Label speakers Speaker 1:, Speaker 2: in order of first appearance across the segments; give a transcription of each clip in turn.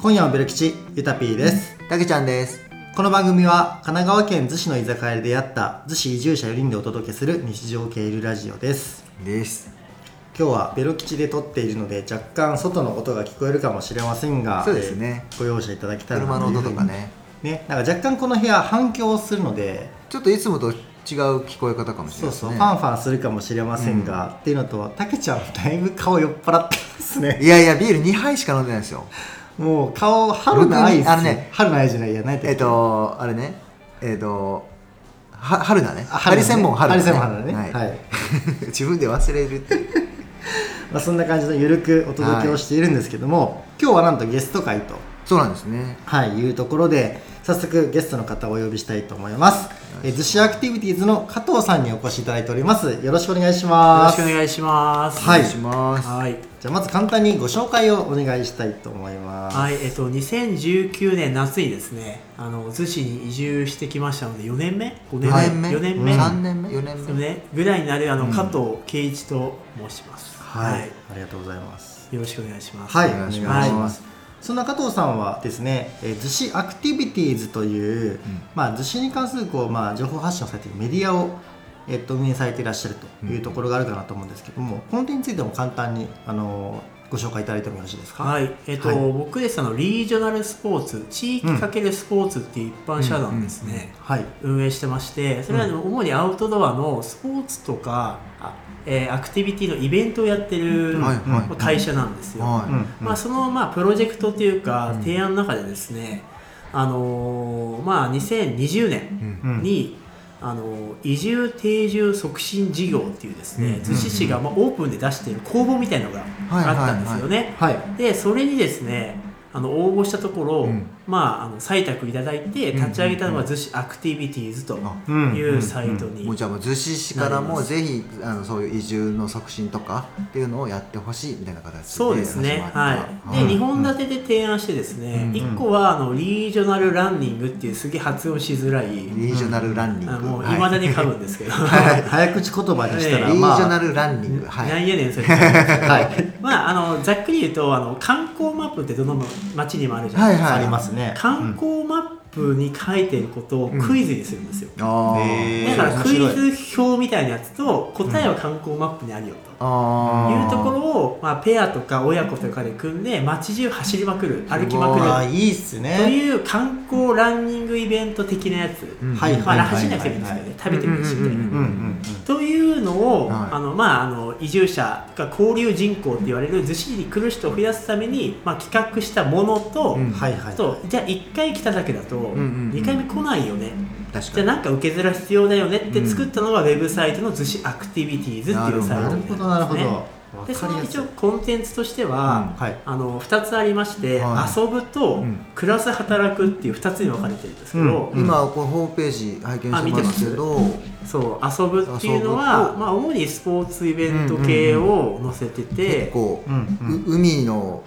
Speaker 1: 今夜はベル吉ゆたぴーです
Speaker 2: たけちゃんです。
Speaker 1: この番組は神奈川県逗子の居酒屋で出会った逗子移住者4人でお届けする日常系いるラジオです
Speaker 2: です。
Speaker 1: 今日はベロ吉で撮っているので若干外の音が聞こえるかもしれませんが
Speaker 2: そうですね
Speaker 1: えーご容赦いただきたいな
Speaker 2: 車の音とかね。
Speaker 1: ねなんか若干この部屋反響するので
Speaker 2: ちょっといつもと違う聞こえ方かもし
Speaker 1: そう
Speaker 2: れないです
Speaker 1: そ
Speaker 2: ね。
Speaker 1: う、ファンファンするかもしれませんが、っていうのとたけちゃんだいぶ顔酔っ払ってますね
Speaker 2: いやいや、ビール2杯しか飲んでないですよ。
Speaker 1: もう顔春の愛ですよ
Speaker 2: あのね
Speaker 1: 春の愛じゃないいやない
Speaker 2: えっと、あれね。えっと、は春だね。
Speaker 1: あ
Speaker 2: ハリセンボン春
Speaker 1: 春
Speaker 2: だ
Speaker 1: 専
Speaker 2: ね。
Speaker 1: 門春だねはい、
Speaker 2: はい。 自分で忘れるっていう。
Speaker 1: まあ、そんな感じのゆるくお届けをしているんですけども、今日はなんとゲスト会と、
Speaker 2: そうなんですね。
Speaker 1: はい、いうところで早速ゲストの方をお呼びしたいと思いますえ逗子アクティビティーズの加藤さんにお越しいただいておりますよろしくお願いし
Speaker 3: よろ
Speaker 1: ま
Speaker 3: し
Speaker 1: す
Speaker 3: くお願いします。
Speaker 1: はい
Speaker 2: お願します。
Speaker 3: はい。
Speaker 1: じゃあまず簡単にご紹介をお願いしたいと思います、
Speaker 3: はい、えっと、2019年夏にですね、あの、逗子に移住してきましたので、4年目 ?5 年目
Speaker 2: 4年目
Speaker 3: ?4 年目、
Speaker 2: 3年目 ?4 年
Speaker 3: で
Speaker 2: 目
Speaker 3: もね、ぐらいになる、あの、
Speaker 2: うん
Speaker 3: 加藤圭一と申します、
Speaker 1: はいありがとうございます
Speaker 3: よろしくお願いします。
Speaker 1: はい
Speaker 2: お願いし
Speaker 1: お願
Speaker 2: ます
Speaker 1: いしますそんな加藤さんはですねえー逗子アクティビティーズという、まあ、逗子に関するこう、まあ、情報発信をされているメディアを、えっと、運営されていらっしゃるというところがあるかなと思うんですけども、この点についても簡単にあのご紹介いただいてもよろしいですか、
Speaker 3: はいい、えっと、
Speaker 1: はい
Speaker 3: 僕です、あの、リージョナルスポーツ、地域×スポーツっていう一般社団ですね。
Speaker 1: はい
Speaker 3: 運営してましてそれはあの主にアウトドアのスポーツとか、あえーアクティビティのイベントをやってる
Speaker 2: はいはい
Speaker 3: まあ会社なんですよ。
Speaker 2: はい
Speaker 3: まあ、そのまあプロジェクトというか提案の中でですね、あのーまあ、2020年
Speaker 1: うん
Speaker 3: に、あのー移住定住促進事業っていうですね
Speaker 1: うん
Speaker 3: 逗子市がまあオープンで出している公募みたいのがあったんですよね。
Speaker 1: はい
Speaker 3: でそれにですねあの応募したところ、
Speaker 2: うん
Speaker 3: まあ、あの採択いただいて立ち上げたのが逗子アクティビティーズと
Speaker 2: あ
Speaker 1: うん
Speaker 3: いうサイトに
Speaker 2: もうじゃあもう逗子市からもぜひあのそういう移住の促進とかっていうのをやってほしいみたいな形で
Speaker 3: そうです
Speaker 2: 話
Speaker 3: ね、
Speaker 2: もあっ
Speaker 3: は
Speaker 2: た
Speaker 3: い、で、2本立てで提案してですね、
Speaker 2: うん
Speaker 3: 1個はあのリージョナルランニングっていうすげえ発音しづらい、
Speaker 2: リージョナルランニン
Speaker 3: あ
Speaker 2: グ
Speaker 3: もう
Speaker 2: はい
Speaker 3: いまだに噛むんですけど、
Speaker 1: はい早口言葉にした
Speaker 3: だ
Speaker 1: ら、
Speaker 3: か
Speaker 2: リ
Speaker 1: ま
Speaker 2: ー
Speaker 1: あ
Speaker 2: ジョナルランニング、は、
Speaker 3: ないんやねんそれ、
Speaker 1: はい
Speaker 3: まあ、あのざっくり言うとあの観光マップってどの町にもあるじゃ
Speaker 2: は
Speaker 3: ないで
Speaker 2: い
Speaker 3: すか、
Speaker 2: はい
Speaker 1: ありますね
Speaker 3: 観光マップに書いてることをクイズにするんですよ、
Speaker 2: あー
Speaker 1: へー
Speaker 3: だから
Speaker 1: 面
Speaker 3: クイ
Speaker 1: 白い
Speaker 3: ズ表みたいなやつと答えは観光マップにあるよと。
Speaker 2: あー
Speaker 3: いうところを、まあ、ペアとか親子とかで組んで街中走りまくる歩きま
Speaker 2: うん
Speaker 1: まあ
Speaker 3: くる
Speaker 1: いいっす
Speaker 3: と
Speaker 1: ね
Speaker 3: いう観光ランニングイベント的なやつ、
Speaker 2: うん
Speaker 1: はい
Speaker 3: ま
Speaker 1: はい
Speaker 3: あ、
Speaker 1: はい
Speaker 3: 走んなくてもいいんですけどね、食べてもいいしみた
Speaker 2: う
Speaker 3: いな、
Speaker 1: う
Speaker 2: ん
Speaker 1: んうん
Speaker 3: というのを、
Speaker 2: はい
Speaker 3: あのまあ、あの移住者が交流人口って言われる逗子に来る人を増やすために、まあ、企画したものと、
Speaker 2: うん
Speaker 1: うんはいはい
Speaker 3: とじゃあ1回来ただけだと
Speaker 2: んうんうん
Speaker 3: 2回目来ないよね、
Speaker 2: 確
Speaker 3: じ
Speaker 2: か
Speaker 3: ゃあ
Speaker 2: に
Speaker 3: なんか受け皿必要だよねって作ったのがウェブサイトの逗子アクティビティーズっていうサイ
Speaker 1: な
Speaker 3: ト
Speaker 1: る
Speaker 3: に
Speaker 1: ほど
Speaker 3: な
Speaker 1: な
Speaker 3: る
Speaker 1: る
Speaker 3: ん
Speaker 1: ほ
Speaker 3: ですね
Speaker 1: ど分
Speaker 3: でそ
Speaker 1: か
Speaker 3: の
Speaker 1: りやす
Speaker 3: 一
Speaker 1: い
Speaker 3: 応コンテンツとしては、
Speaker 1: うんはい
Speaker 3: あの2つありまして、
Speaker 2: は
Speaker 3: 遊ぶと、
Speaker 2: うん
Speaker 3: 暮らす働くっていう2つに分かれてるんですけど、
Speaker 1: うん
Speaker 2: 今このホームページ拝見してますけど
Speaker 3: そう遊ぶっていうのは
Speaker 2: 遊ぶと
Speaker 3: まあ、主にスポーツイベント系を載せて
Speaker 2: 結
Speaker 3: て、
Speaker 2: 構、
Speaker 1: うんうん
Speaker 2: う海の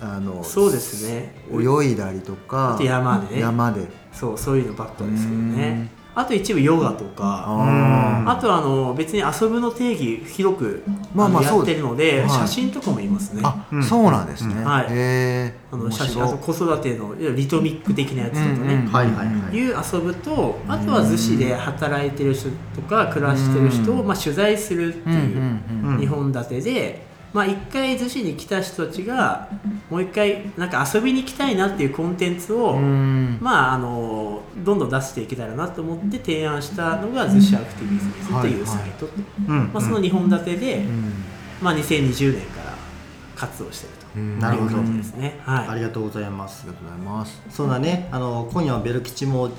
Speaker 2: あの
Speaker 3: そうですね
Speaker 2: 泳いだりとか
Speaker 3: あと山でね
Speaker 2: 山で
Speaker 3: そうそういうのばっかですけど
Speaker 2: う
Speaker 3: ね
Speaker 2: ん
Speaker 3: あと一部ヨガとか
Speaker 2: あー
Speaker 3: あとはあの別に遊ぶの定義広く
Speaker 2: まあまあ
Speaker 3: あのやってるの
Speaker 2: そ
Speaker 3: で、
Speaker 2: うですはい
Speaker 3: 写真とかもいますね。
Speaker 2: あ、
Speaker 1: うん
Speaker 2: そうなんですね、
Speaker 1: うん
Speaker 3: はい
Speaker 2: へー
Speaker 3: あの
Speaker 2: 面
Speaker 3: 写
Speaker 2: 白い
Speaker 3: 真あと子育てのいわゆるリトミック的なやつとかね、
Speaker 2: うんうん
Speaker 1: はいはいはい
Speaker 3: いう遊ぶとあとは逗子で働いてる人とか暮らしてる人を、
Speaker 2: うん
Speaker 3: まあ、取材するって
Speaker 2: うんう
Speaker 3: いうん
Speaker 1: うん
Speaker 3: 2本立てで、まあ、1回逗子に来た人たちがもう1回なんか遊びに来たいなっていうコンテンツを、
Speaker 2: うんうん
Speaker 3: まあ、あのどんどん出していけたらなと思って提案したのが逗子アクティビズムズというサイトと、
Speaker 1: うん
Speaker 3: まあ、その2本立てで、
Speaker 2: うん
Speaker 3: まあ、2020年から活動してる
Speaker 2: うん
Speaker 1: な
Speaker 3: と
Speaker 1: るほ
Speaker 3: いう
Speaker 1: ど
Speaker 3: 感じですね。はい
Speaker 1: ありがとうございます
Speaker 2: ありがとうございます
Speaker 1: そうだね、あの今夜はベル吉も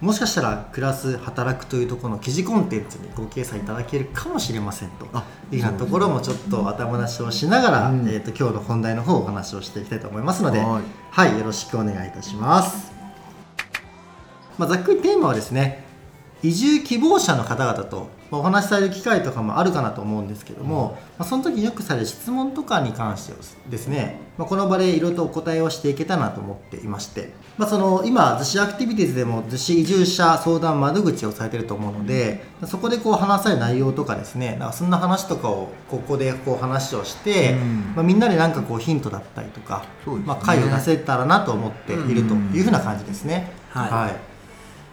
Speaker 1: もしかしたら暮らす働くというところの記事コンテンツにご掲載いただけるかもしれませんと
Speaker 2: あ
Speaker 1: いうようなところもちょっと頭出しをしながら、
Speaker 2: うん
Speaker 1: えー、と今日の本題の方をお話をしていきたいと思いますので、
Speaker 2: は
Speaker 1: はいい、よろしくお願いいたします。まあ、ざっくりテーマはですね、移住希望者の方々とまあお話しされる機会とかもあるかなと思うんですけども、まあ、その時によくされる質問とかに関してはですね、まあ、この場でいろいろとお答えをしていけたなと思っていまして、まあ、その今逗子アクティビティーズでも逗子移住者相談窓口をされてると思うので、そこでこう話される内容とかですねなんかそんな話とかをここでこう話をして、
Speaker 2: うん
Speaker 1: まあ、みんなでなんかこうヒントだったりとか、
Speaker 2: そうですね
Speaker 1: まあ、会を出せたらなと思っているというふうな感じですね。
Speaker 3: うんはい
Speaker 1: はい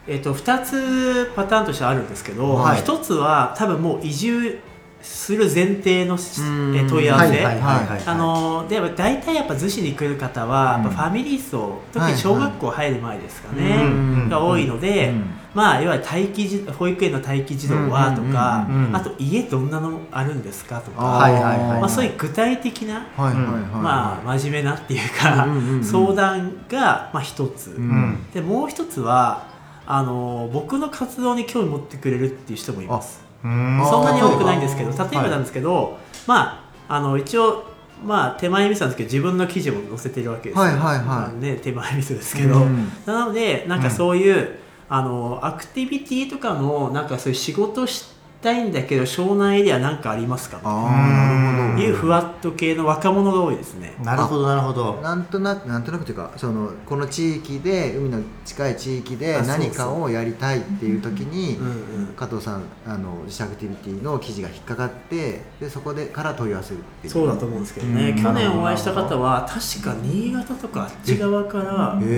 Speaker 3: えっと2つパターンとしてはあるんですけど、
Speaker 1: はい
Speaker 3: 一つは多分もう移住する前提のし
Speaker 2: うん
Speaker 3: え問い合
Speaker 1: は
Speaker 3: わ
Speaker 1: い
Speaker 3: せ、
Speaker 1: はいはいはい
Speaker 3: あのでやっぱ大体やっぱ逗子に来る方は
Speaker 2: うん
Speaker 3: やっぱファミリー層、特
Speaker 2: はいは
Speaker 3: に
Speaker 2: い
Speaker 3: 小学校入る前ですかね、
Speaker 1: うん
Speaker 3: が多いので、
Speaker 2: うん
Speaker 3: まあいわゆる待機児保育園の待機児童はとか、
Speaker 1: うんうんうんうん
Speaker 3: あと家どんなのあるんですかと
Speaker 2: あ
Speaker 3: か、
Speaker 1: はいはいはい
Speaker 3: まあ、そういう具体的な、
Speaker 2: はいはいはい、
Speaker 3: まあ、真面目なっていうか、
Speaker 2: うんうんうんうん
Speaker 3: 相談がまあ一つ、
Speaker 2: うん
Speaker 1: うん
Speaker 3: でもう一つはあの僕の活動に興味持ってくれるっていう人もいます
Speaker 1: そ
Speaker 2: あ
Speaker 3: そんなに多くないんですけど
Speaker 2: あ
Speaker 3: 例
Speaker 2: ー
Speaker 3: えばなんですけど、まああの一応まあ手前味噌なんですけど自分の記事も載せてるわけですよ
Speaker 2: はいはいはい
Speaker 3: ね、手前味噌ですけど、
Speaker 2: うん
Speaker 3: なのでなんかそういう、あのアクティビティとかのなんかそういう仕事したいんだけど湘南エリアなんかありますかと
Speaker 2: ああなるほど
Speaker 3: いうふわっと系の若者が多いですね、
Speaker 1: なるほどなるほど。
Speaker 2: なんとなくなんとなくというかそのこの地域で海の近い地域で
Speaker 3: あそうそう
Speaker 2: 何かをやりたいっていう時に
Speaker 3: うんうん
Speaker 2: 加藤さんあの自社アクティビティの記事が引っかかってでそこでから問い合わせるっていう
Speaker 3: そうだと思うんですけどね、
Speaker 1: うん
Speaker 3: 去年お会いした方は確か新潟とかあっち側からもう移
Speaker 2: へ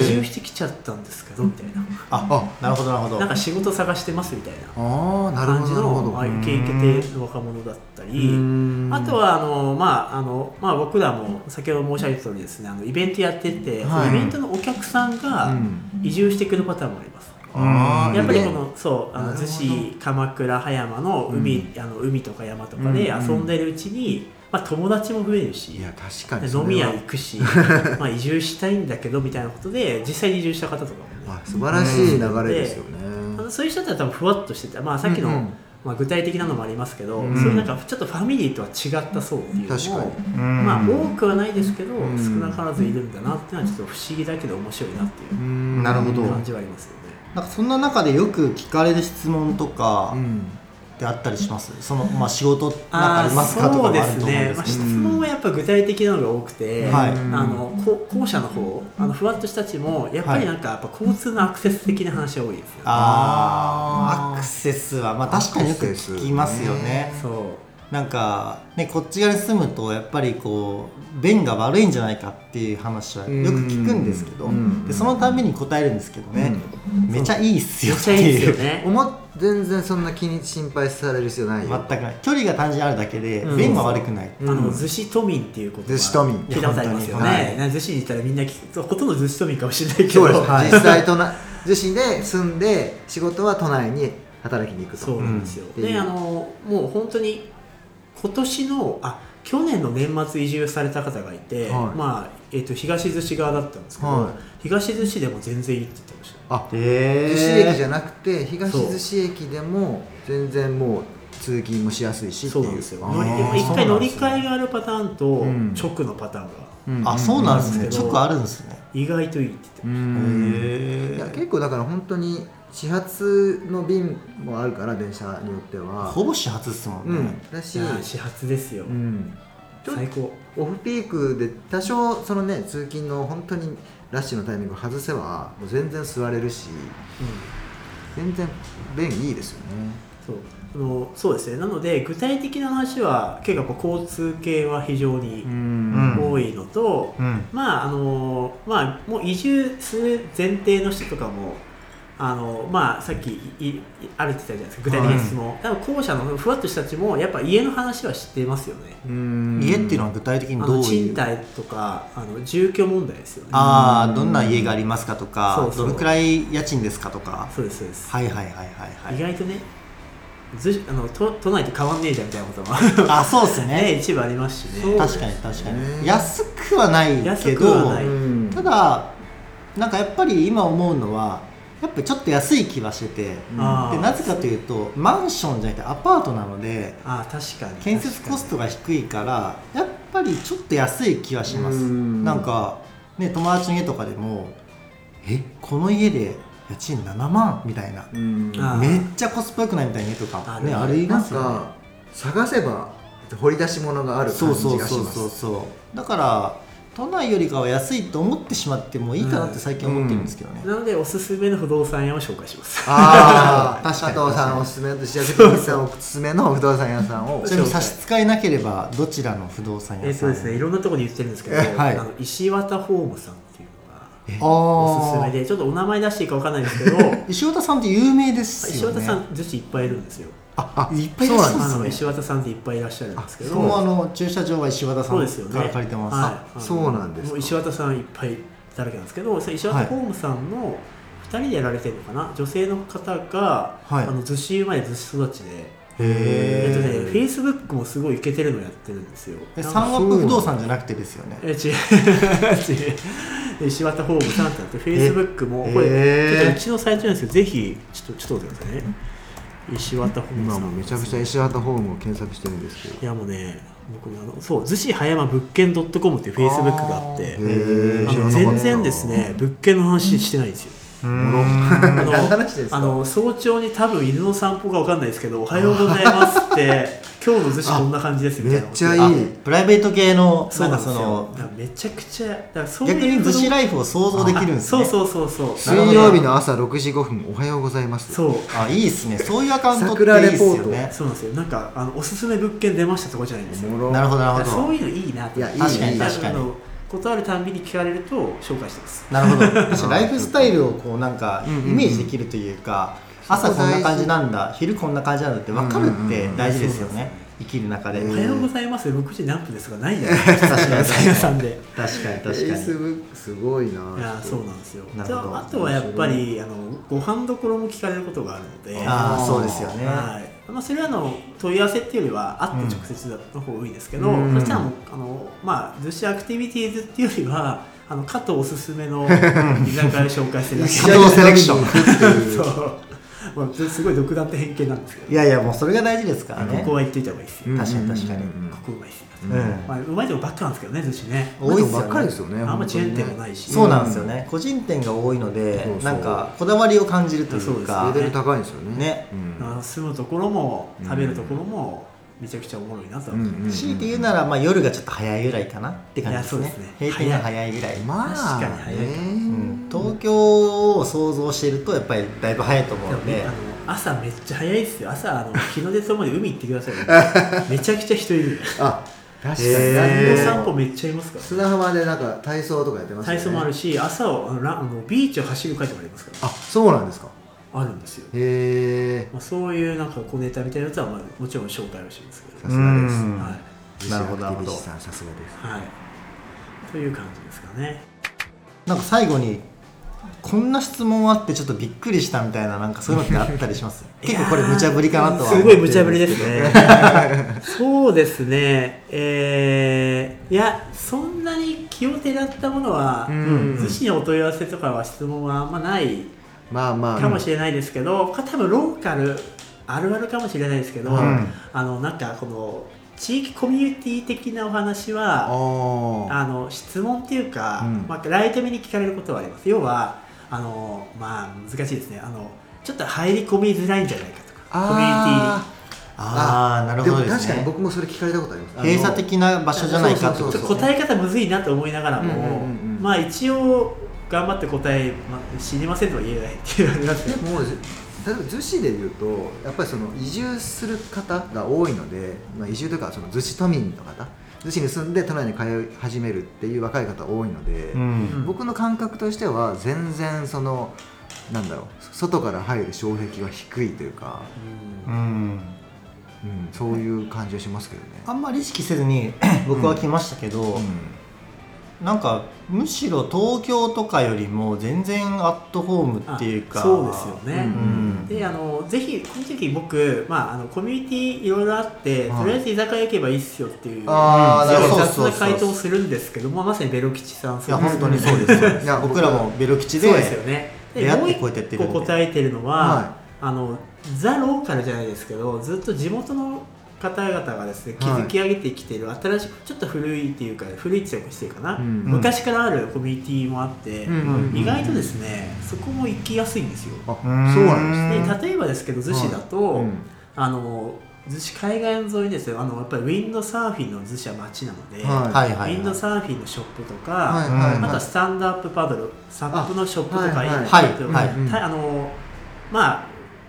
Speaker 2: ー
Speaker 3: 住してきちゃったんですけどみたいな
Speaker 1: あなるほどなるほど。
Speaker 3: なんか仕事探してますみたいな
Speaker 2: ああなる
Speaker 3: 感
Speaker 2: ほ
Speaker 3: じ
Speaker 2: どなるほ
Speaker 3: の
Speaker 2: ど
Speaker 3: まあ受け入れてる若者だったり
Speaker 2: うん
Speaker 3: あとはあの、まああのまあ、僕らも先ほど申し上げた通りですねあのイベントやってて、
Speaker 2: はい
Speaker 3: イベントのお客さんが
Speaker 2: うん
Speaker 3: 移住してくるパターンもあります。
Speaker 2: あー
Speaker 3: やっぱりこ
Speaker 2: ね
Speaker 3: のそうあ
Speaker 2: な
Speaker 3: の
Speaker 2: るほ
Speaker 3: 逗
Speaker 2: ど
Speaker 3: 子鎌倉葉山の海,、あの海とか山とかで
Speaker 2: うんうん
Speaker 3: 遊んでるうちに、まあ、友達も増えるし
Speaker 2: いや確か
Speaker 3: で
Speaker 2: にそれは
Speaker 3: 飲み屋行 くしまあ移住したいんだけどみたいなことで実際に移住した方とかもね
Speaker 2: あ素晴らしい流れですよね
Speaker 3: あのそういう人だったら多分ふわっとしてて、まあ、さっきの、
Speaker 2: うんうん
Speaker 3: まあ、具体的なのもありますけど、
Speaker 2: うん
Speaker 3: そういうなんかちょっとファミリーとは違った層っていう
Speaker 2: 確
Speaker 3: の
Speaker 2: かに
Speaker 3: も、
Speaker 1: うん
Speaker 3: まあ、多くはないですけど、
Speaker 2: うん
Speaker 3: 少なからずいるんだなっていうのはちょっと不思議だけど面白いなっていううん
Speaker 1: なるほど
Speaker 3: 感じはありますよね。
Speaker 1: なんかそんな中でよく聞かれる質問とか
Speaker 2: うん
Speaker 1: ってあったりします。そのまあ仕事なんかあ
Speaker 3: あ
Speaker 1: りますかとか
Speaker 3: そう
Speaker 1: も
Speaker 3: で
Speaker 1: あると
Speaker 3: す
Speaker 1: 思うん
Speaker 3: ね
Speaker 1: で、す
Speaker 3: まあ、
Speaker 1: けど。
Speaker 3: 質問はやっぱ具体的なのが多くて、
Speaker 1: はい
Speaker 3: あのこ後者の方あのふわっとしたちもやっぱりなんかやっぱ交通のアクセス的な話が多いですよね、
Speaker 1: あ
Speaker 2: あ
Speaker 1: ー
Speaker 2: ー
Speaker 1: アクセスはまあ確かによく聞きますよね。
Speaker 3: そう
Speaker 1: なんかねこっち側に住むとやっぱりこう便が悪いんじゃないかっていう話はよく聞くんですけど、
Speaker 2: うん
Speaker 1: でそのために答えるんですけどね、めちゃいいっす
Speaker 3: め
Speaker 1: よ
Speaker 3: っ
Speaker 1: っ
Speaker 3: ち
Speaker 1: て
Speaker 3: ゃいいです
Speaker 1: い
Speaker 3: よ
Speaker 1: う。
Speaker 3: ね
Speaker 2: 思っ全然そんな気に心配される必要ない
Speaker 1: 全
Speaker 2: よ
Speaker 1: くない距離が単純にあるだけで、
Speaker 3: うん
Speaker 1: 便は悪くない、
Speaker 3: あの逗子都民っていうこと
Speaker 2: 逗子都民
Speaker 3: 聞いたことありますよ
Speaker 1: いや
Speaker 3: ねね逗子に行ったらみんな聞くほとんど逗子都民かもしれないけど
Speaker 2: そうです、
Speaker 1: はい
Speaker 2: 実際都内 逗子で住んで仕事は都内に働きに行くと
Speaker 3: そうなんですよ、
Speaker 2: うん
Speaker 3: であのもう本当に今年のあ去年の年末移住された方がいて、
Speaker 2: はい
Speaker 3: まあえっと東逗子側だったんですけど、
Speaker 2: はい
Speaker 3: 東逗子でも全然いいって言ってました
Speaker 2: あ逗子駅じ
Speaker 1: え
Speaker 2: ゃなくて東逗子駅でも全然もう通勤もしやすいしって
Speaker 3: そ
Speaker 2: いう
Speaker 3: うなんですよ
Speaker 2: あー
Speaker 3: 乗り
Speaker 1: やっぱ
Speaker 3: 一回乗り
Speaker 1: そうなん
Speaker 3: 換えがあるパターンと、
Speaker 2: ん
Speaker 3: 直のパターンが
Speaker 2: うん
Speaker 1: ー、あそうなんですね
Speaker 3: うん
Speaker 1: 直あるんですね
Speaker 3: 意外といいって言って
Speaker 2: う
Speaker 3: まし
Speaker 2: んい
Speaker 1: へ
Speaker 2: や
Speaker 1: ー
Speaker 2: 結構だから本当に始発の便もあるから電車によっては
Speaker 1: ほぼ始発っすもん
Speaker 2: う
Speaker 1: ね、
Speaker 2: んだし、
Speaker 3: た、いや始発ですよ、
Speaker 2: うんちょっと
Speaker 3: 最高
Speaker 2: オフピークで多少そのね通勤の本当にラッシュのタイミングを外せばもう全然座れるし全然便いいですよね
Speaker 3: そうあのそうですねなので具体的な話は結構やっぱ交通系は非常に
Speaker 1: ん
Speaker 3: 多いのと、
Speaker 1: うん
Speaker 3: まああのまあもう移住する前提の人とかもあのまあさっきいいあるって言ったじゃないですか具体的な質問、多分後者のふわっとしたちもやっぱ家の話は知ってますよね
Speaker 2: うん
Speaker 1: 家っていうのは具体的に
Speaker 3: あ
Speaker 1: どう
Speaker 3: の
Speaker 1: い
Speaker 3: 賃
Speaker 1: う
Speaker 3: 貸とかあの住居問題ですよね
Speaker 1: ああどんな家がありますかとか
Speaker 3: そうそう
Speaker 1: どのくらい家賃ですかとか
Speaker 3: そうですそうです、
Speaker 1: はいはいはいはい
Speaker 3: 意
Speaker 1: はい
Speaker 3: 外とねずあの都都内と変わんねえじゃんみたいなことも
Speaker 1: あそうっすね
Speaker 3: ね一部ありますしね
Speaker 1: 確かに確か
Speaker 2: ね
Speaker 1: に安くはないけ
Speaker 3: 安く
Speaker 1: ど
Speaker 3: はない
Speaker 2: うん
Speaker 1: ただなんかやっぱり今思うのはやっぱちょっと安い気はしてて
Speaker 3: あー
Speaker 1: でなぜかというとマンションじゃなくてアパートなので
Speaker 3: あー確かに
Speaker 1: 建設コストが低いからやっぱりちょっと安い気はします
Speaker 2: うん
Speaker 1: なんかね友達の家とかでもえこの家で家賃7万みたいな
Speaker 2: うん
Speaker 3: あー
Speaker 1: めっちゃコスパ良くないみたいな家とか
Speaker 3: あ
Speaker 1: ね
Speaker 3: る
Speaker 1: あり
Speaker 2: な
Speaker 1: ま
Speaker 2: ん
Speaker 1: すよね
Speaker 2: か探せば掘り出し物がある
Speaker 1: そ
Speaker 2: 感
Speaker 1: うそ
Speaker 2: じ
Speaker 1: う
Speaker 2: がし
Speaker 1: そう
Speaker 2: ま
Speaker 1: そう
Speaker 2: す
Speaker 1: そうだから都内よりかは安いと思ってしまってもいいかなって最近思ってるんですけどね、
Speaker 3: なのでおすすめの不動産屋を紹介します
Speaker 2: ああ
Speaker 1: 確かに
Speaker 2: 佐藤さんおすすめと石崎さんおすすめの不動産屋さんを
Speaker 1: ちなみに差し支えなければどちらの不動産
Speaker 3: え
Speaker 1: 屋
Speaker 3: っ
Speaker 1: さ
Speaker 3: と
Speaker 1: ん
Speaker 3: ですねいろんなところで言ってるんですけど、
Speaker 1: はい
Speaker 3: あの石渡ホームさんっていうのが
Speaker 1: あ
Speaker 3: おすす
Speaker 1: あ
Speaker 3: めでちょっとお名前出していいかわかんないんですけど
Speaker 1: 石渡さんって有名です
Speaker 3: 石
Speaker 1: よ
Speaker 3: 渡
Speaker 1: ね
Speaker 3: さん女子いっぱいいるんですよ
Speaker 1: あいっぱいいらっしゃるんで
Speaker 3: あの
Speaker 1: す
Speaker 3: 石
Speaker 1: ね
Speaker 3: 渡さんっていっぱいいらっしゃるんですけど
Speaker 1: そのあの駐車場は石渡さ
Speaker 3: そうですよ
Speaker 1: ん
Speaker 3: ね
Speaker 1: から借りてます、
Speaker 3: はい、
Speaker 2: そうなんですか
Speaker 3: もう石渡さんいっぱいだらけなんですけどそれ石渡ホームさんの2人でやられてるのかな女性の方が、
Speaker 1: はい
Speaker 3: あの逗子生まれ逗子育ちで
Speaker 1: へ
Speaker 3: えっとね
Speaker 1: え、
Speaker 3: フェイスブックもすごいイケてるのやってるんですよ。
Speaker 1: え
Speaker 3: なん
Speaker 1: サ
Speaker 3: か
Speaker 1: ンアップ不動産じゃなくてですよね
Speaker 3: え、 違う、違う。石渡ホームさんってなって、フェイスブックも、これ、
Speaker 1: えー
Speaker 3: ちょっとうちのサイトなんですけど、ぜひ、ちょっと、ちょっと待ってくださいね。石渡ホーム
Speaker 2: 今
Speaker 3: さん。
Speaker 2: もうめちゃくちゃ石畑ホームを検索してるんですけど
Speaker 3: いや、もうね、僕もあの、そう、逗子葉山物件 .com っていうフェイスブックがあって、
Speaker 1: ー
Speaker 3: あの全然ですね、物件の話してないんですよ。
Speaker 1: うー
Speaker 3: あ
Speaker 1: ん
Speaker 3: の
Speaker 2: 何の話ですか
Speaker 3: あの早朝に多分犬の散歩かわかんないですけど「おはようございます」って 「今日の逗子こんな感じです」みたいな
Speaker 2: めっちゃいい
Speaker 1: あプライベート系の
Speaker 3: そ
Speaker 1: な
Speaker 3: うんな
Speaker 1: か
Speaker 3: んです
Speaker 1: そ
Speaker 3: よ
Speaker 1: の
Speaker 3: だからめちゃくちゃだからそういう
Speaker 1: 逆に逗子
Speaker 3: イ
Speaker 1: ライフを想像できるんですね
Speaker 3: そうそうそうそう
Speaker 2: 水曜日の朝6時5分おはようございます
Speaker 3: そう
Speaker 1: あいいですねそういうアカウントっていいですよね
Speaker 3: そうなんですよなんかあのおすすめ物件出ましたとかじゃないんですよ
Speaker 2: おもろ
Speaker 1: なるほどな
Speaker 3: だか
Speaker 1: る
Speaker 3: らそ
Speaker 1: ほ
Speaker 3: う
Speaker 1: ど
Speaker 3: いうのいいなって
Speaker 2: いやいい
Speaker 1: 確かに
Speaker 2: いい
Speaker 1: 確かに
Speaker 3: 断るたんびに聞かれると紹介してます
Speaker 1: なるほど確かにライフスタイルをこうなんかイ
Speaker 2: うんうん
Speaker 1: メージできるというか朝こんな感じなんだ昼こんな感じなんだって分かるって大事ですよね生きる中で
Speaker 3: 「お
Speaker 1: 確
Speaker 3: は
Speaker 1: かに
Speaker 3: ようございます」6時何分ですがないじ ゃないですか
Speaker 1: 確かに
Speaker 3: さやさんで
Speaker 1: 確かに
Speaker 2: フェイスブックすごいない
Speaker 3: や
Speaker 2: ちょ
Speaker 3: そ
Speaker 2: っ
Speaker 3: うなんですよ
Speaker 1: なるほど
Speaker 3: あとはやっぱりあのご飯どころも聞かれることがあるので
Speaker 1: ああそうですよね
Speaker 3: はいまあ、それはあの問い合わせっていうよりは会って直接の方が多いですけど、
Speaker 2: うん
Speaker 3: そしたらもうあの、まあ、逗子アクティビティーズっていうよりはあの加藤おすす めの居酒屋を紹介してるだ
Speaker 1: 加藤セレクション
Speaker 3: けそう、まあ、すごい独断と偏見なんですけ
Speaker 1: いやいやもうそれが大事ですから
Speaker 3: ど、
Speaker 1: ね
Speaker 3: ここは行っといた方がいいですよ、
Speaker 2: うん
Speaker 1: 確かに確かに
Speaker 2: うん
Speaker 3: ここうまいですよ、
Speaker 2: うん
Speaker 1: うん
Speaker 3: まあ、うまいとこばっかなんですけどね逗子ね
Speaker 1: 多いっすよね
Speaker 2: ばっかりですよね
Speaker 3: あんまチェーン店もないいし
Speaker 1: そうなんですよね個人店が多いので
Speaker 2: そうそう
Speaker 1: なんかこだわりを感じるという
Speaker 3: そ
Speaker 1: か
Speaker 2: レ
Speaker 3: うで
Speaker 2: ベ
Speaker 3: す
Speaker 2: ル高いんですよね
Speaker 1: ね
Speaker 2: うん
Speaker 3: あの住むところも食べるところもめちゃくちゃおもろいなとは
Speaker 2: うん
Speaker 3: 思
Speaker 2: う
Speaker 3: っ
Speaker 2: ん
Speaker 3: て、
Speaker 2: うん
Speaker 1: 強いて言うならまあ夜がちょっと早いぐらいかなって感じです
Speaker 3: い
Speaker 1: ね
Speaker 3: やそうですね
Speaker 1: 平均が早いぐらい
Speaker 2: まあ
Speaker 3: 確かに早いか
Speaker 2: ね
Speaker 1: うん東京を想像しているとやっぱりだいぶ早いと思う
Speaker 3: でも
Speaker 1: の
Speaker 3: ね
Speaker 1: で
Speaker 3: あの朝めっちゃ早いですよ朝あの日の出とともに海行ってください、 めちゃくちゃ人いる
Speaker 2: あ確かに
Speaker 1: へ
Speaker 3: 南
Speaker 1: ー
Speaker 3: の散歩めっちゃいますから、
Speaker 2: 砂浜でなんか体操とかやってますよね
Speaker 3: 体操もあるし朝をあのラあのビーチを走る会とかありますか
Speaker 2: あ
Speaker 3: ら
Speaker 2: そうなんですか
Speaker 3: あるんですよ、
Speaker 2: へえ
Speaker 3: まあ、そういうなんか小ネタみたいなやつは、まあ、もちろん紹介はしますけど、
Speaker 2: さすがです
Speaker 1: うん
Speaker 3: はい、
Speaker 1: なるほどなるほど
Speaker 2: 自社アクティビティさんさすがです
Speaker 3: はい、という感じですかね
Speaker 1: なんか最後にこんな質問あってちょっとびっくりしたみたいななんかそういうのってあったりします結構これ無茶ぶりかなとは思
Speaker 3: す
Speaker 1: って
Speaker 3: ごい
Speaker 1: るん
Speaker 3: 無
Speaker 1: ですけ
Speaker 3: 茶
Speaker 1: ど
Speaker 3: ぶりですね そうですねえーいやそんなに気をてらったものは
Speaker 2: うん
Speaker 3: 逗子にお問い合わせとかは質問はあんまない
Speaker 2: まあまあ
Speaker 3: かもしれないですけど、か多分ローカルあるあるかもしれないですけど、
Speaker 1: うん
Speaker 3: あのなんかこの地域コミュニティ的なお話
Speaker 2: あ
Speaker 3: は
Speaker 2: ー
Speaker 3: あの質問っていうか、
Speaker 2: うん
Speaker 3: まあ、ライト目に聞かれることはあります要はあのまあ難しいですねあのちょっと入り込みづらいんじゃないかとかコミュニティに
Speaker 2: あ
Speaker 1: ああなる
Speaker 2: で
Speaker 1: ほ
Speaker 2: も
Speaker 1: どですね
Speaker 2: 確かに僕もそれ聞かれたことあります
Speaker 1: 閉鎖的な場所じゃないかってこと
Speaker 3: ち
Speaker 1: で
Speaker 3: ょっ
Speaker 1: す
Speaker 3: と
Speaker 1: ね
Speaker 3: 答え方むずいなと思いながらも、
Speaker 2: うんうんうんうん
Speaker 3: まあ一応頑張って答え、まあ、知りませんとは言えないっていう感じなんです
Speaker 2: でも
Speaker 3: よ
Speaker 2: 例えば逗子でいうとやっぱりその移住する方が多いので、まあ、移住というかその逗子都民の方逗子に住んで都内に通い始めるっていう若い方多いので、
Speaker 1: うん
Speaker 2: 僕の感覚としては全然そのなんだろう外から入る障壁が低いというか、
Speaker 1: うん
Speaker 2: うん、そういう感じはしますけどね。
Speaker 1: あんまり意識せずに僕は来ましたけど、
Speaker 2: う
Speaker 1: なんかむしろ東京とかよりも全然アットホームっていうか
Speaker 3: あそうですよね、
Speaker 1: うん
Speaker 3: であのぜひこの時僕、まあ、あのコミュニティいろいろあって、
Speaker 2: はい
Speaker 3: とりあえず居酒屋行けばいいっすよっていう
Speaker 1: ー
Speaker 2: あ
Speaker 1: なるほどそ
Speaker 3: 雑
Speaker 1: うそう
Speaker 3: な
Speaker 1: そう
Speaker 3: 回答をするんですけどもまさにベロ吉さん
Speaker 1: いや
Speaker 3: です
Speaker 1: 本当にそうですそうです
Speaker 2: いや僕
Speaker 1: 僕らもベロ吉で
Speaker 3: そうですよねで
Speaker 1: 出会って
Speaker 3: もう
Speaker 1: こ
Speaker 3: 一
Speaker 1: うやってやってるんで
Speaker 3: 個答えてるのは、
Speaker 2: はい
Speaker 3: あのザ・ローカルじゃないですけどずっと地元の方々がですね
Speaker 2: はい
Speaker 3: 築き上げてきてる新しくちょっと古いっていうか古いって言うか失礼かな、
Speaker 2: うん
Speaker 3: 昔からあるコミュニティもあって、
Speaker 2: うんうんうん
Speaker 3: 意外とですねそこも行きやすいんですよ。
Speaker 2: あそうなんですね
Speaker 3: で例えばですけど逗子だと、
Speaker 2: うん
Speaker 3: あの逗子海岸沿いにですよあのやっぱりウィンドサーフィンの逗子は街なので、
Speaker 2: は
Speaker 1: はいはい、
Speaker 3: ウィンド
Speaker 1: は
Speaker 3: サーフィンのショップとか、
Speaker 2: はいはい
Speaker 1: うん
Speaker 3: あと
Speaker 2: は
Speaker 3: はいスタンドアップパドルサップのショップとか
Speaker 2: はいはい
Speaker 1: はい
Speaker 3: と
Speaker 1: はい
Speaker 2: うん
Speaker 3: たあのまあ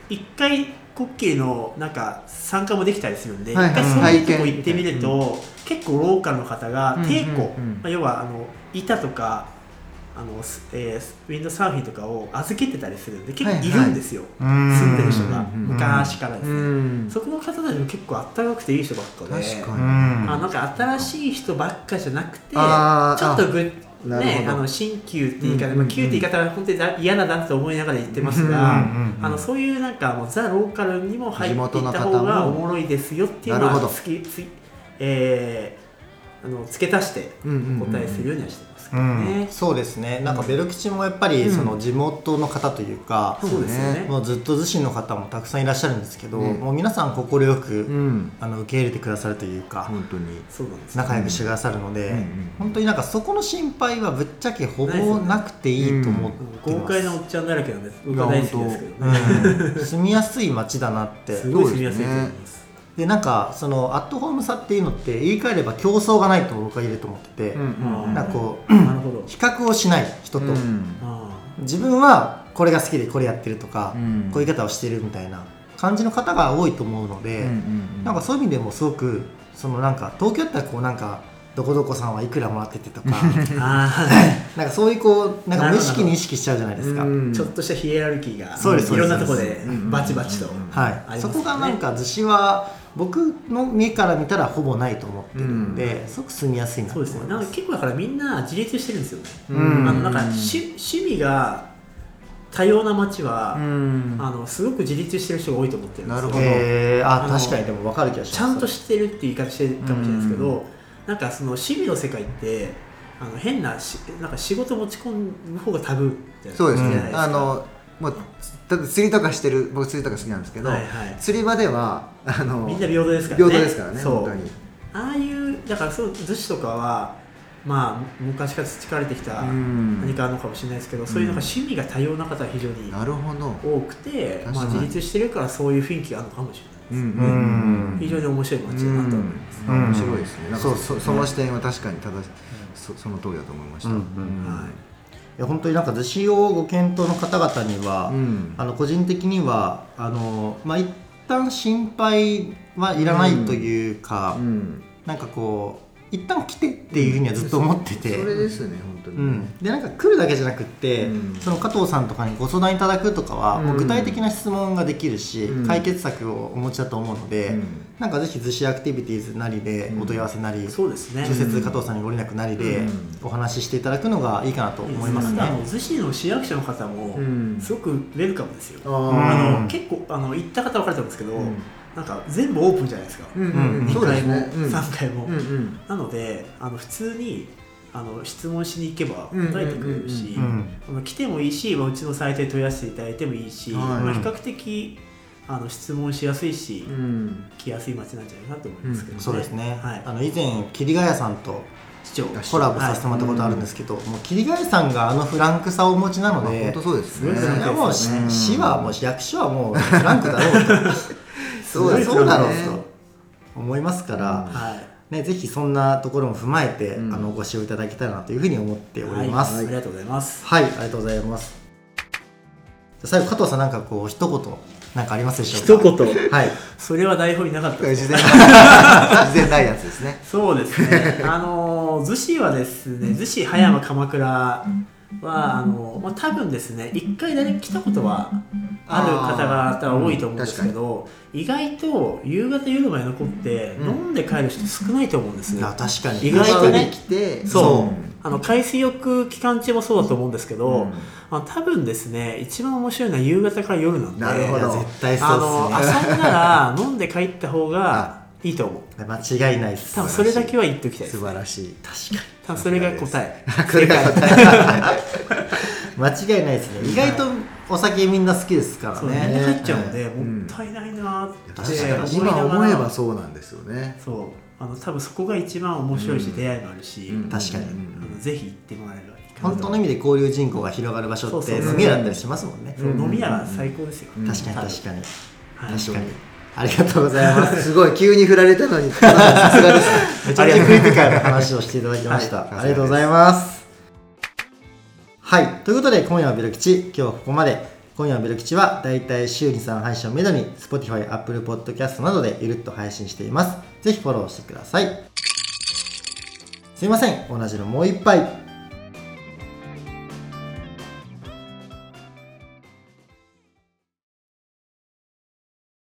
Speaker 3: 一回コッキーのなんか参加もできたりするんで、一
Speaker 2: はい
Speaker 3: 回そういうとこ
Speaker 2: 体験
Speaker 3: 行ってみると、結構ローカルの方が抵抗、
Speaker 2: うんうんうん
Speaker 3: まあ、要はあの板とかあの、すえーウィンドサーフィンとかを預けてたりするんで結構いるんですよ、
Speaker 1: い
Speaker 3: 住んでる人が
Speaker 2: うんうんうん
Speaker 3: 昔からです
Speaker 2: う
Speaker 3: ね、
Speaker 2: ん
Speaker 3: そこの方たちも結構あったかくていい人ばっかで
Speaker 2: 確か
Speaker 1: う
Speaker 2: に
Speaker 1: ん
Speaker 3: あなんか新しい人ばっかじゃなくてちょ
Speaker 2: あー
Speaker 3: っとぐ
Speaker 2: なるほ
Speaker 3: ね
Speaker 2: ど
Speaker 3: あの新旧って言い方、
Speaker 2: うんうんう
Speaker 3: ま
Speaker 2: ん
Speaker 3: あ、旧って言い方は本当にだ嫌だなと思いながら言ってますが、
Speaker 1: うんうんうん
Speaker 3: あのそういうなんかもうザ・ローカルにも入っていっ
Speaker 2: 地元の
Speaker 3: た
Speaker 2: 方
Speaker 3: 方
Speaker 2: も
Speaker 3: がおもろいですよっていう
Speaker 2: な
Speaker 3: の
Speaker 2: るほ
Speaker 3: は
Speaker 2: ど
Speaker 3: つきついえーあの付け足して
Speaker 2: うんうんう
Speaker 3: お
Speaker 2: ん
Speaker 3: 答えするようにはしてますけ
Speaker 1: う
Speaker 3: どね、
Speaker 1: ん、そうですねなんかベル吉もやっぱり
Speaker 2: うん
Speaker 1: その地元の方というか、
Speaker 3: そうですよね
Speaker 1: もうずっと逗子の方もたくさんいらっしゃるんですけど、
Speaker 2: ね
Speaker 1: もう皆さん快く、
Speaker 2: うん
Speaker 1: あの受け入れてくださるというか、
Speaker 2: 本当に
Speaker 3: そうなんですよ
Speaker 1: 仲良くしてくださるので、
Speaker 2: うんうん
Speaker 1: 本当になんかそこの心配はぶっちゃけほぼなくていいと思ってます、
Speaker 3: 豪快なおっちゃんだらけなんです僕は大好きですけどね
Speaker 1: うん住みやすい街だなって
Speaker 3: すごい住みやすいと思います
Speaker 1: でなんかそのアットホームさっていうのって言い換えれば競争がないと僕は言えると思ってて、
Speaker 3: うん
Speaker 1: なんかこう
Speaker 3: なるほど
Speaker 1: 比較をしない人と、
Speaker 2: うん
Speaker 3: あ
Speaker 1: 自分はこれが好きでこれやってるとか、
Speaker 2: うん
Speaker 1: こういう言い方をしてるみたいな感じの方が多いと思うので、なんかそういう意味でもすごくそのなんか東京だったらこうなんかどこどこさんはいくらもらっててとか
Speaker 3: ーあ
Speaker 1: なんかそういうこうなんか無意識
Speaker 3: なるほど
Speaker 1: に意識しちゃうじゃないですか、
Speaker 2: うん
Speaker 3: ーちょっとしたヒエラルキーが
Speaker 1: そうです
Speaker 3: いろんなところ
Speaker 1: そう
Speaker 3: で
Speaker 1: です
Speaker 2: うん
Speaker 3: バチバチと
Speaker 2: うん
Speaker 1: はい
Speaker 3: あります
Speaker 1: そ
Speaker 3: よね
Speaker 1: こがなんか逗子は僕の目から見たらほぼないと思ってるんで、すごく住みやすいなと
Speaker 3: そう
Speaker 1: 思
Speaker 3: です
Speaker 1: い
Speaker 3: ねな
Speaker 1: ま
Speaker 3: ん
Speaker 1: す
Speaker 3: か結構だからみんな自立してるんですよね
Speaker 1: うん
Speaker 3: あのなんか趣趣味が多様な街は
Speaker 2: うん
Speaker 3: あのすごく自立してる人が多いと思ってるんです
Speaker 2: なる
Speaker 3: よ
Speaker 2: ほど
Speaker 1: えー、あ
Speaker 3: あの
Speaker 1: 確かにでも分かる気がします
Speaker 3: ちゃんとしてるって言い方してるかもしれないですけど、なんかその趣味の世界ってあの変なしなんか仕事持ち込む方がタブーじゃない
Speaker 2: そうです
Speaker 3: じ
Speaker 2: ね
Speaker 3: ゃないか
Speaker 2: あのもうだって釣りとかしてる僕釣りとか好きなんですけど
Speaker 3: はいはい
Speaker 2: 釣り場ではあの
Speaker 3: みんな平等ですからね
Speaker 2: 平等ですからね
Speaker 3: そう
Speaker 2: 本当に
Speaker 3: ああいうだからそう逗子とかはまあ昔から培われてきた
Speaker 2: うん
Speaker 3: 何かあるのかもしれないですけど、そういうなんか趣味が多様な方が非常に
Speaker 2: なるほど
Speaker 3: 多くて
Speaker 2: 確、かに
Speaker 3: まあ、自立してるからそういう雰囲気があるのかもしれないです、
Speaker 2: うん
Speaker 1: う
Speaker 2: うん
Speaker 1: ん
Speaker 3: 非常に面白い街だなと思います、
Speaker 1: うん
Speaker 2: 面白いですねなん
Speaker 1: そう
Speaker 2: か
Speaker 1: ですね
Speaker 2: そその視点は確かに正しそその通りだと思いました
Speaker 1: うんう
Speaker 3: はい
Speaker 1: いや本当になんか逗子をご検討の方々には、
Speaker 2: うん
Speaker 1: あの個人的にはあの、まあ、一旦心配はいらないというか、
Speaker 2: うん
Speaker 1: なんかこう一旦来てっていうふうにはずっと思ってて、
Speaker 2: それですね本当に
Speaker 1: うん、でなんか来るだけじゃなくって、
Speaker 2: うん
Speaker 1: その加藤さんとかにご相談いただくとかは、もう具体的な質問ができるし、
Speaker 2: うん
Speaker 1: 解決策をお持ちだと思うので、
Speaker 2: うん
Speaker 1: なんかぜひ逗子アクティビティーズなりで
Speaker 2: うん
Speaker 1: お問い合わせなり、
Speaker 3: そうですね
Speaker 1: 直接加藤さんにご連絡なりで
Speaker 2: うん
Speaker 1: お話ししていただくのがいいかなと思いますね。
Speaker 3: あの逗子の市役所の方も
Speaker 2: うん
Speaker 3: すごくウェルカムですよ、
Speaker 2: あ
Speaker 1: う
Speaker 3: あ
Speaker 1: ん
Speaker 3: の結構あの行った方分かると思うんですけど、
Speaker 2: うん
Speaker 3: なんか全部オープンじゃないですか、
Speaker 2: ーうん
Speaker 1: うん
Speaker 2: うん
Speaker 3: 2
Speaker 2: そうで
Speaker 3: 階
Speaker 2: す
Speaker 3: も、
Speaker 2: ねうん
Speaker 3: 3階も、
Speaker 2: うんうん
Speaker 3: なのであの普通にあの質問しに行けば
Speaker 2: うん
Speaker 3: 答えてくれるし、
Speaker 2: うん
Speaker 1: うん
Speaker 3: あの来てもいいし、まあ、うちのサイトに問い合わせていただいてもいいし、
Speaker 2: はい
Speaker 3: まあ、比較的あの質問しやすいし、
Speaker 2: うん
Speaker 3: 来やすい街なんじゃないかなと思いますけど、ね
Speaker 1: そうですね、
Speaker 3: はい
Speaker 1: あ、の以前桐ヶ谷さんと
Speaker 3: 市長
Speaker 2: あ
Speaker 1: コラボさせてもらったことあるんですけど、もう桐ヶ谷さんがあのフランクさをお持ちなの
Speaker 2: 本
Speaker 1: で、
Speaker 2: 当そうですね
Speaker 3: すごいですね
Speaker 1: いやもうし
Speaker 2: うん
Speaker 1: 市はもう役所はもうフランクだろう
Speaker 2: そう
Speaker 1: と
Speaker 2: です
Speaker 1: そうだろ
Speaker 2: ね
Speaker 1: うと思いますから、
Speaker 3: はい
Speaker 1: ね、ぜひそんなところも踏まえて、
Speaker 2: うん
Speaker 1: あのご使用いただけたらなというふうに思っております。
Speaker 3: は
Speaker 1: はいい、
Speaker 3: ありがとうございます
Speaker 1: ありがとうございます。じゃあ最後加藤さんなんかこう一言なんかありますでしょ
Speaker 3: 一
Speaker 1: うか。
Speaker 3: 言
Speaker 1: はい。
Speaker 3: それは台本になかったで す
Speaker 2: 事前事前ないやつですね
Speaker 3: そうですね あの逗子はですね逗子葉山鎌倉はあの、まあ、多分ですね一回誰か来たことはある方々は多いと思うんですけど、意外と夕方夜まで残って
Speaker 2: うん
Speaker 3: 飲んで帰る人少ないと思うんです
Speaker 1: い
Speaker 3: ね、
Speaker 1: や確かに。
Speaker 3: 意外とね
Speaker 2: 来て
Speaker 3: そううあの海水浴期間中もそうだと思うんですけど、
Speaker 2: うん
Speaker 3: あの多分ですね一番面白いのは夕方から夜なんで
Speaker 2: なるほ
Speaker 1: いや
Speaker 2: ど
Speaker 1: 絶対
Speaker 3: あ
Speaker 1: そう
Speaker 3: の
Speaker 1: ですね。
Speaker 3: 遊んだら飲んで帰った方がいい と思う
Speaker 1: 間違いないです。
Speaker 3: 多分それだけは言っておきたいです
Speaker 2: 素晴らしい
Speaker 1: 確か
Speaker 3: 多分それが答え
Speaker 2: これが答え
Speaker 1: に間違いないですね。意外とお酒みんな好きですから
Speaker 3: そうみんな
Speaker 1: ね
Speaker 2: ね
Speaker 3: 入っちゃうので、
Speaker 2: うん
Speaker 3: もったいないなーって
Speaker 2: 確
Speaker 1: で
Speaker 2: かに
Speaker 3: いな
Speaker 2: 今
Speaker 3: が
Speaker 2: 思
Speaker 3: ら
Speaker 2: えばそうなんですよね
Speaker 3: そうあの多分そこが一番面白いし、
Speaker 2: うん
Speaker 3: 出会いもあるし、
Speaker 2: うん
Speaker 1: 確かに
Speaker 2: うん
Speaker 3: あのぜひ行ってもらえればいいかな
Speaker 1: 本当の意味で交流人口が広がる場所って
Speaker 3: そうそう
Speaker 1: 飲み屋だったりしますもんね、
Speaker 3: そう
Speaker 2: うん
Speaker 3: 飲み屋は最高ですよ、
Speaker 2: うん
Speaker 1: 確かに確かに、
Speaker 3: はい
Speaker 1: 確かにありがとうございます
Speaker 2: すごい急に振られた のにさすがです
Speaker 1: めちゃめちゃクリティカルな話をしていただきました、
Speaker 2: はい
Speaker 1: ありがとうございますはいということで今夜はベロ吉今日はここまで今夜はベロ吉はだいたい週に3配信をめどに Spotify、Apple Podcast などでゆるっと配信していますぜひフォローしてくださいすいません同じのもう一杯